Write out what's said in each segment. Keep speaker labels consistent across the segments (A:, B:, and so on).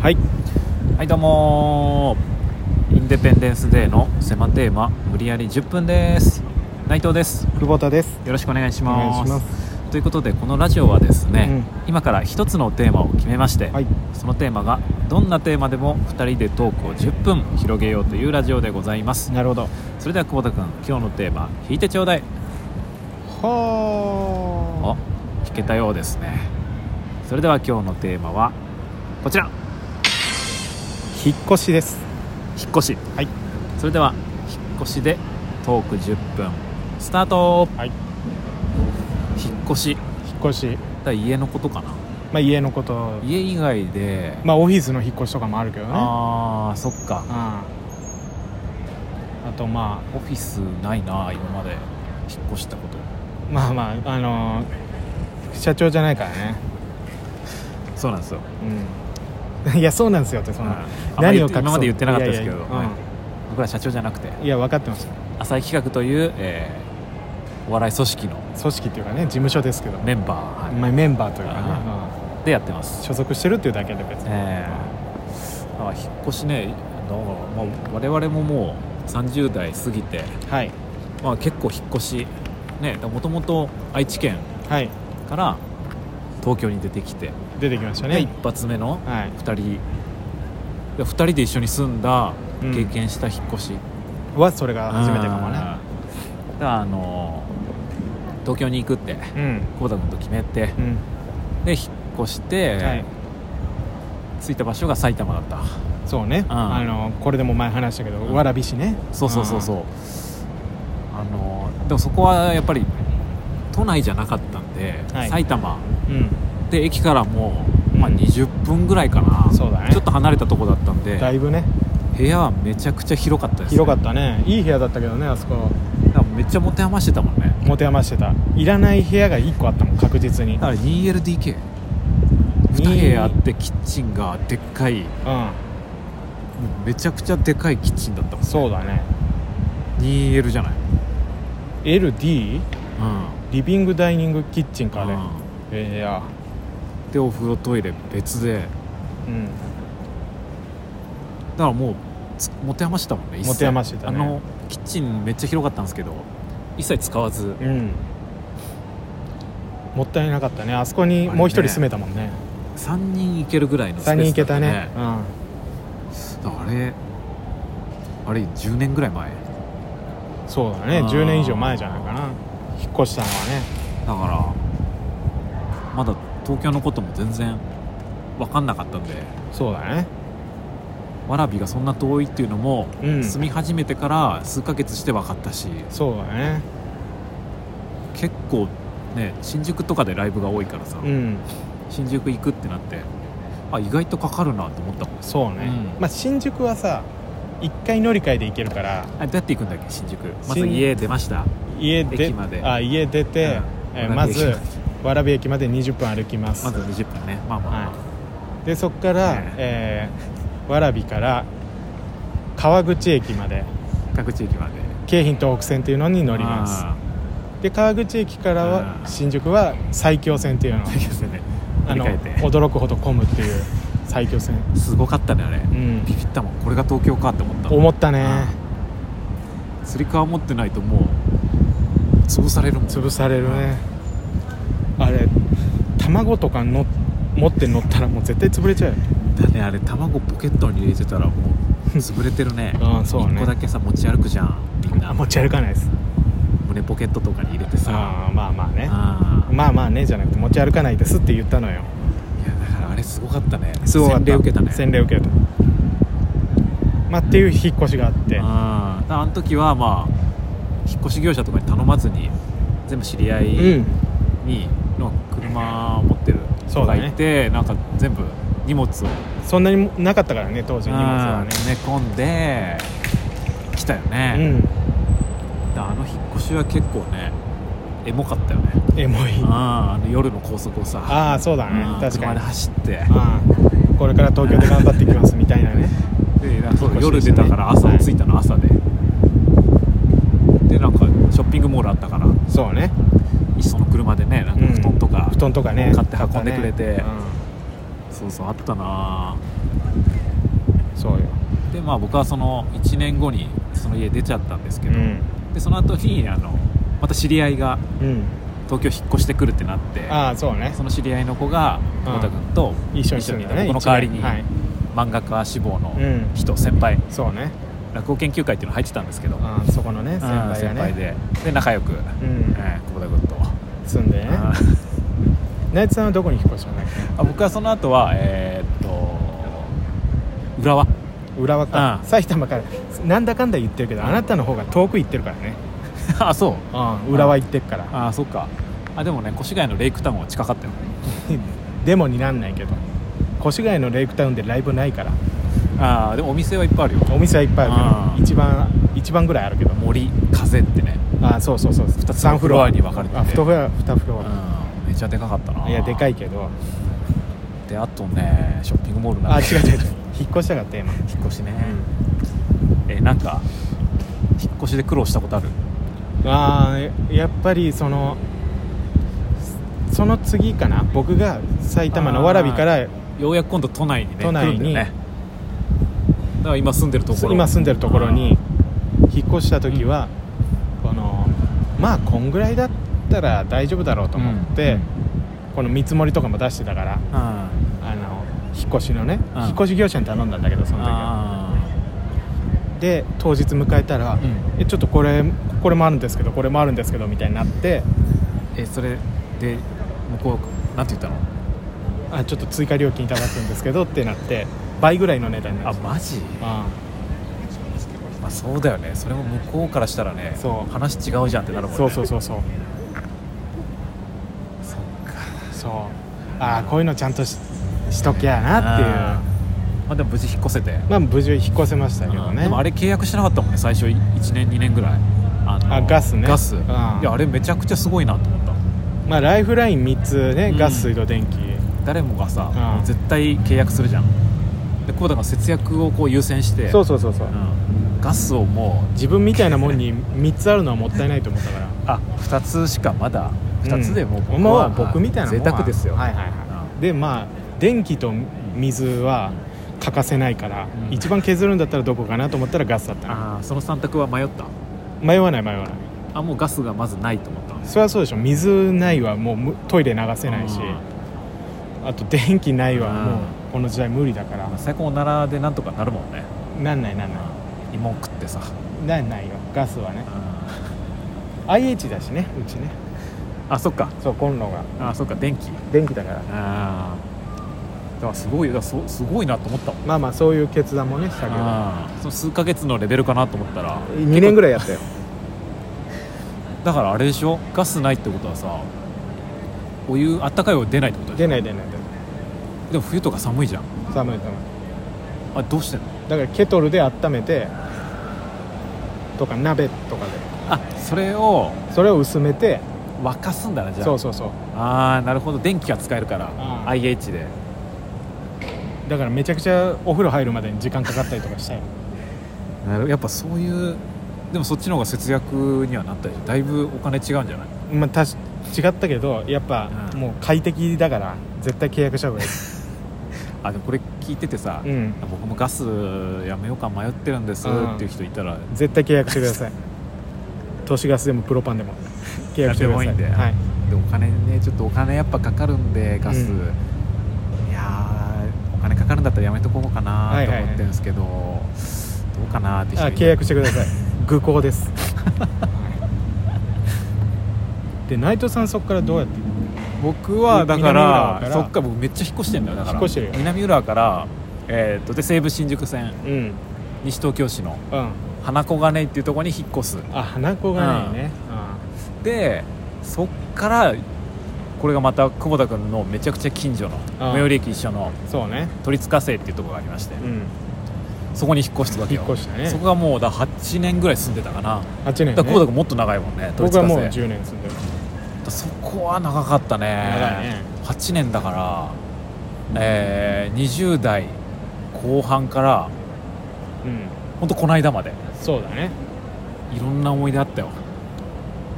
A: はいはいどうもインデペンデンスデーの狭テーマ無理やり10分です内藤です
B: 久保田です。
A: よろしくお願いします
B: お願いしま
A: ということでこのラジオはですね、今から一つのテーマを決めまして、
B: はい、
A: そのテーマがどんなテーマでも2人でトークを10分広げようというラジオでございます
B: なるほど。
A: それでは久保田君今日のテーマ「弾いてちょうだい」お
B: は
A: 弾けたようですねそれでは今日のテーマはこちら
B: あ、引っ越しです。
A: 引っ越し
B: はい、
A: それでは引っ越しでトーク10分スタート
B: はい、
A: 引っ越し
B: 引っ越し、
A: だ家のことかな
B: まあ、家のこと、
A: 家以外で、
B: まあ、オフィスの引っ越しとかもあるけどね。あ
A: あーそっか
B: ああと、ま
A: オフィスないな今まで引っ越したこと
B: あ、まあまあ、あのー社長じゃないからね。
A: そうなんですよ、
B: うん。 いや、そうなんですよって、そ
A: うんん
B: な。
A: あんまり言って
B: そう
A: 今まで言ってなかったですけど
B: いやいや
A: はい僕ら社長じゃなくて
B: うんいや、分かってました。
A: 浅井企画という、えーお笑い組織の
B: 組織っていうかね、事務所ですけど。
A: メンバー、
B: まあ、メンバーというかね、うん
A: でやってます
B: 所属してるっていうだけで別に。
A: ええあ引っ越しねだから、まあ、我々ももう30代過ぎて、
B: はい。
A: まあ、結構引っ越しねもともと愛知県
B: はい。
A: から東京に出てきて、
B: 出てきました
A: で
B: ね
A: 一。発目の
B: はい。
A: 2人2人で一緒に住んだ
B: うん
A: 経験した引っ越し、
B: はそれが初めてかもね
A: うんだからあの東京に行くって
B: うん
A: 久保田君と決めて
B: うん
A: で引っ越して、
B: はい
A: 着いた場所が埼玉だった
B: そうね
A: ん
B: あのこれでも前話したけど蕨市ね
A: そうそうそうそうあのでもそこはやっぱり都内じゃなかったんで、
B: はい
A: 埼玉
B: うん
A: で駅からもう、まあ、
B: うん
A: 20分ぐらいかな、
B: そうだね
A: ちょっと離れたとこだったん
B: だ
A: で
B: いぶね
A: 部屋はめちゃくちゃ広かったです、ね、
B: 広かったねいい部屋だったけどねあそこ
A: だからめっちゃ持て余してたもんね
B: 持て余してたいらない部屋が1個あったもん確実に
A: だから 2LDK2 部屋あってキッチンがでっかいも
B: う
A: うめちゃくちゃでかいキッチンだったも
B: ん
A: ん
B: そうだね
A: 2L じゃない、
B: LD
A: うん
B: リビングダイニングキッチンか
A: う
B: ねいや
A: んでお風呂トイレ別で
B: うん
A: だからもうつ持て余してたもんね一切
B: 持て余してたね
A: あのキッチンめっちゃ広かったんですけど一切使わず
B: うんもったいなかったねあそこにもう1人
A: あれね
B: 住めたもんね
A: 3人行けるぐらいのスペ
B: 3人
A: ー
B: 行
A: スだ
B: け
A: った
B: た
A: んで
B: ねうん
A: あれあれ10年ぐらい前だ
B: そうだね
A: あー
B: 10年以上前じゃないかな引っ越したのはね
A: からまだ東京のことも全然分かんなかったんで
B: そうだね
A: わらびがそんな遠いっていうのも、
B: うん
A: 住み始めてから数ヶ月して分かったし
B: そうだね
A: 結構ね新宿とかでライブが多いからさ、
B: うん
A: 新宿行くってなってあ意外とかかるなと思ったもん
B: そうね、
A: うん
B: まあ新宿はさ一回乗り換えで行けるから
A: あどうやって行くんだっけ新宿まず
B: 新
A: 家出ました
B: 家で
A: 駅まで
B: あ家出て、
A: うん
B: えーま
A: 蕨駅
B: ず蕨駅まで20分歩きます、
A: まず20分ねまあまあ、ま
B: はい、でそこから、
A: うん
B: えー蕨から川口駅まで
A: あ各地域まで
B: 京浜東北線っていうのに乗ります
A: あ
B: で川口駅からは、
A: うん
B: 新宿は埼京線っていうの
A: ーそうですね
B: あ
A: 乗り
B: の
A: 換え
B: 驚くほど混むっていう埼京線
A: てすごかったねあれ
B: うん
A: ビビったもんこれが東京かって思ったもん
B: 思ったね
A: つり革持ってないともう潰されるもん
B: 潰されるねあれ卵とかの持って乗ったらもう絶対潰れちゃうよ
A: だねあれ卵ポケットに入れてたらも う潰れてるね
B: うんそうね
A: 1個だけさ持ち歩くじゃんみんな
B: あ持ち歩かないです
A: 胸ポケットとかに入れてさ
B: ああまあまあね
A: あー
B: まあまあねじゃなくて持ち歩かないですって言ったのよ
A: いやだからあれすごかったね
B: すごかった
A: 洗礼受けたね
B: 洗礼受けたまあっていう引っ越しがあって
A: あーだからあの時はまあ引っ越し業者とかに頼まずに全部知り合い
B: うん
A: にの車を持ってる
B: そ
A: 人
B: うだ
A: が
B: ね
A: いて、なんか全部荷物を
B: そんなにもなかったからね当時荷物は
A: あー
B: ね
A: 詰め込んで来たよね、だからあの引っ越しは結構ねエモかったよね
B: うんエモい
A: あーあの夜の高速をさ
B: ああそうだね
A: う
B: 確
A: ん
B: か
A: 車で
B: に
A: 走って
B: ああこれから東京で頑張っていきますみたいなね
A: でなんか
B: 引っ越
A: 夜
B: し
A: 出
B: でしたね
A: たから朝着いたの朝で、でなんかショッピングモールあったから
B: そうね
A: いっその車でねなんか布団とか、
B: 布団とかね
A: 買って運んでくれて
B: 買ったね
A: そうそうあったなぁ
B: そうよ
A: でまあ僕はその1年後にその家出ちゃったんですけ
B: う
A: ど、
B: ん
A: でその後にあのまた知り合いが
B: うん
A: 東京引っ越してくるってなって
B: ああそうね
A: その知り合いの子が
B: うん
A: 太田君と
B: 一緒に
A: 一
B: 住
A: 緒
B: ん
A: にい
B: だ
A: た
B: ね
A: 僕の代わりに
B: 一年はい
A: 漫画家志望の
B: うん
A: 人先輩
B: そうね
A: 落語研究会っていうの入ってたんですけど
B: ああそこのね先
A: うん
B: 輩
A: 先
B: が
A: 輩
B: ね
A: でで仲良く
B: うん
A: えー久保田君と
B: 住んでね
A: あ
B: ナイツさんはどこに引っ越したんだっ
A: あ僕はその後はえーっと浦和
B: け浦和か
A: うん
B: 埼玉からなんだかんだ言ってるけどあなたの方が遠く行ってるからね
A: あそう
B: うん浦和行ってっから
A: あそっかあでもね越谷のレイクタウンは近かったよね
B: でもになんないけど越谷のレイクタウンでライブないから
A: あーでもお店はいっぱいあるよ
B: お店はいっぱいある
A: うん
B: けど一番一番ぐらいあるけど
A: 森風ってね
B: あそうそうそう2
A: つのフロアに分かれてて
B: あ2フロア2フロ
A: うんめちゃでかかったな
B: アいやでか
A: い
B: いけど
A: であとねショッピングモールなん
B: あ
A: で
B: 違う違う違う引っ越したかった今
A: 引っ越しね、えなんか引っ越しで苦労したことある
B: あーやっぱりそのその次かな僕が埼玉の蕨から
A: ようやく今度都内にね
B: 都内に
A: 来るんだよねだから今住んでるところ
B: 今住んでるところに引っ越した時は、このまあこんぐらいだったら大丈夫だろうと思って、この見積もりとかも出してたから
A: うんあ
B: あの引っ越しのね、
A: うん
B: 引っ越し業者に頼んだんだけどその時は
A: あ
B: で当日迎えたら、
A: うん
B: えちょっとこれこれもあるんですけどこれもあるんですけどみたいになって
A: えそれで向こうなんて言ったの
B: あちょっと追加料金いただくんですけどってなって倍ぐらいの値段にな
A: あ
B: っちゃっ
A: マジ、
B: た
A: まあ、そうだよねそれも向こうからしたらね
B: そう
A: 話違うじゃんってなる
B: う
A: もん
B: んそう
A: ね
B: そう
A: う
B: そうそう
A: そっか
B: そうああこういうのちゃんとししときゃなっていう
A: あーまあでも無事引っ越せて
B: まあ無事引っ越せましたけど
A: うん
B: ね
A: でもあれ契約してなかったもんね最初1年2年ぐらいあの
B: あガスね
A: ガス、
B: うん
A: いやあれめちゃくちゃすごいなと思った
B: まあライフライン3つね
A: うん
B: ガス水道電気、
A: 誰もがさ、
B: うん
A: もう絶対契約するじゃんでこうだから節約をこう優先して
B: そうそうそうそう、
A: うんガスをもう
B: 自分みたいなもんに3つあるのはもったいないと思った から
A: あ2つしかまだ2つでもう僕
B: も
A: は、
B: う僕みたいなもん
A: 贅
B: は
A: 沢ですよ、
B: はいはいはいでまあ電気と水は欠かせないから、
A: うん
B: 一番削るんだったらどこかなと思ったらガスだったな
A: ああその3択は迷った
B: 迷わない迷わない
A: あもうガスがまずないと思った
B: それはそうでしょ水ないはもうむトイレ流せないし、
A: うん
B: あと電気ないはも
A: うん
B: うこの時代無理だから
A: まあ、最高おならでなんとかなるもんね、
B: なんないなんな
A: 芋食ってさ、
B: いなんないよガスはね
A: うん
B: IH だしねうちね
A: あそっか
B: そうコンロが
A: あそっか電気
B: 電気だから
A: ああだからすごいだからそすごいなと思ったもん
B: まあまあそういう決断もねしたけど
A: あーその数ヶ月のレベルかなと思ったら
B: 2年ぐらいやったよ
A: だからあれでしょガスないってことはさお湯あったかいお湯出ないってことでし
B: 出ない出ない出ない
A: ょでも冬とか寒いじゃん
B: 寒い寒い
A: あどうしてんの
B: だからケトルで温めてとか鍋とかで
A: あそれを
B: それを薄めて
A: 沸かすんだなじゃあ
B: そうそうそう
A: ああなるほど電気が使えるから、
B: ん
A: IH で
B: だからめちゃくちゃお風呂入るまでに時間かかったりとかしたよ
A: なるやっぱそういうでもそっちの方が節約にはなったでしょだいぶお金違うんじゃない
B: まあたし違ったけどやっぱ
A: うん
B: もう快適だから絶対契約した方 がいい、
A: あでもこれ聞いててさ、
B: うん、
A: 僕もガスやめようか迷ってるんです
B: うん
A: っていう人いたら、
B: 絶対契約してください都市ガスでもプロパンでも契約してください
A: なんでもいいんで
B: はい、
A: でお金ねちょっとお金やっぱかかるんでガス、
B: うん
A: いやーお金かかるんだったらやめとこうかなと思ってるんですけど、どうかなって人
B: あ
A: いた
B: 契約してくだ さい愚行ですで内藤さんそこからどうやって
A: 僕はだか
B: 南浦
A: ら
B: 和から
A: そっか僕めっちゃ引っ越してんだよだから
B: 引っ越してるよ
A: 南浦和から、えー、とで西武新宿線
B: うん
A: 西東京市の
B: うん
A: 花小金井っていうところに引っ越す
B: あ花子がないね
A: でそっからこれがまた久保田君のめちゃくちゃ近所の最寄り駅一緒の
B: うんそうね
A: 鳥塚生っていうところがありまして、
B: うん
A: そこに引っ越したわけよ
B: 引っ越したね
A: そこがもうだ8年ぐらい住んでたかな、
B: 8
A: だ
B: 年、
A: から久
B: ね、
A: 保田君もっと長いもんね鳥
B: 僕は
A: 塚
B: もう
A: 生
B: 10年住んでる
A: そこは長かったね
B: 長いね
A: 8年だから、えー、20代後半から
B: うん
A: ほんとこの間まで
B: そうだね
A: いろんな思い出あったよ、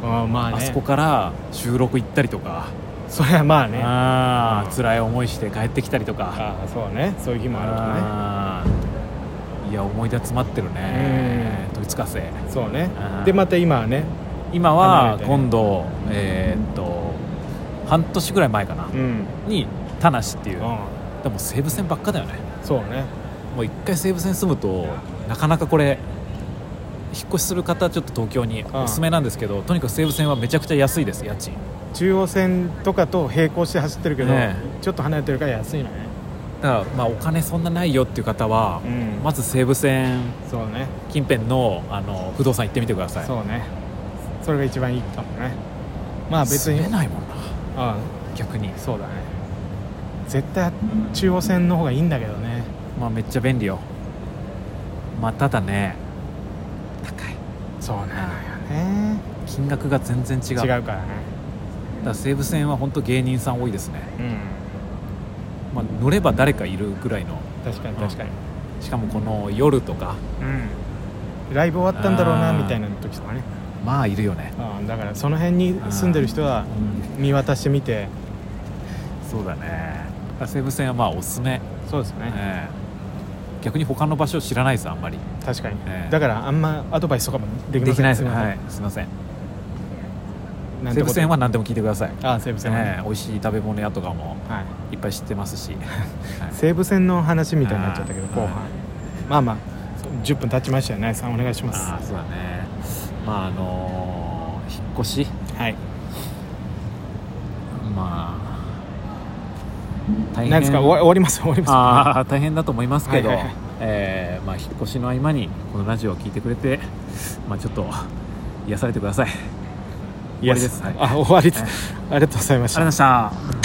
B: あまあね
A: あそこから収録行ったりとか
B: そりゃまあねあ
A: ああ
B: うん
A: 辛い思いして帰ってきたりとか
B: あそうねそういう日もあるか
A: あーいや思い出詰まってるね取りつかせ
B: らねそうね
A: あー
B: でまた今はね
A: 今
B: 離れ
A: は
B: て
A: 今度えーっと半年ぐらい前かな
B: うん、、
A: に田無っていううんでも西武線ばっかだよね
B: そうね
A: もう一回西武線住むとなかなかこれ引っ越しする方ちょっと東京に
B: ん
A: おすすめなんですけど、とにかく西武線はめちゃくちゃ安いです家賃
B: 中央線とかと並行して走ってるけど、
A: ね
B: ちょっと離れてるから安いのね
A: だからまあお金そんなないよっていう方は、
B: ん
A: まず西武線
B: そうね
A: 近辺のあの不動産行ってみてください
B: そうねそれが一番いいかもねまあ別
A: 住
B: に
A: めないもんな
B: あ
A: 逆に
B: あそうだね絶対中央線の方がいいんだけどね
A: まあめっちゃ便利よまあただね高い
B: そうなのよね
A: 金額が全然違う
B: 違う
A: だか
B: からね
A: ら西武線は本当芸人さん多いですね、
B: うん
A: まあ、乗れば誰かいるぐらいの
B: 確かに確かに
A: しかもこの夜とか
B: うんライブ終わったんだろうな
A: あー
B: みたいな時とかね
A: まあいるよね、
B: ああだからその辺に住んでる人は見渡してみて
A: そうだね西武線はまあおすすめ、
B: そうですね
A: ええ逆に他の場所知らないですあんまり
B: 確かに
A: ええ
B: だからあんまアドバイスとかもできません
A: できないです
B: す
A: ね
B: ません
A: はいすいません
B: なんてこ
A: 西
B: と
A: 武線は何でも聞いてください、
B: ああ西武線はね
A: ええ美味しい食べ物屋とかも
B: はい
A: いっぱい知ってます し、はい
B: 西武線の話みたいになっちゃったけど
A: あー
B: 後
A: は
B: 半まあまあそう10分経ちましたよねさんお願いします
A: ああそうだねまああのー引っ越し
B: はい
A: まあ大
B: 何ですか終わ終わります終わります
A: ああ大変だと思いますけど、
B: はいはいはい
A: えーまあ、引っ越しの合間にこのラジオを聞いてくれて、まあ、ちょっと癒されてください。終わりです。はい、ありがとう
B: あ終わりですありがとうございまし
A: ござ
B: た
A: いました。